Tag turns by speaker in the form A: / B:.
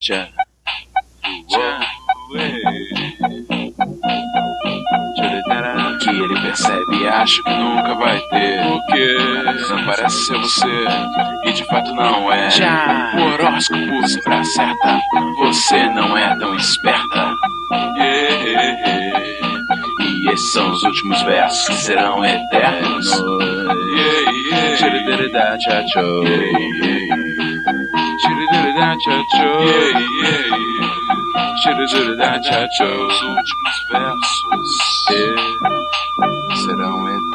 A: Jump que ele percebe e acha que nunca vai ter. O que? A visão parece ser você, e de fato não é. Já. O horóscopo sempre acerta, você não é tão esperta. Yeah. E esses são os últimos versos que serão eternos. Yeah, yeah. Tchiridirida, tchá, tchó. Yeah, yeah. Tchiridirida, tchá, tchó. Yeah, yeah. Tchiridirida, tchá, tchó. Os últimos versos. Yeah. serão eternos.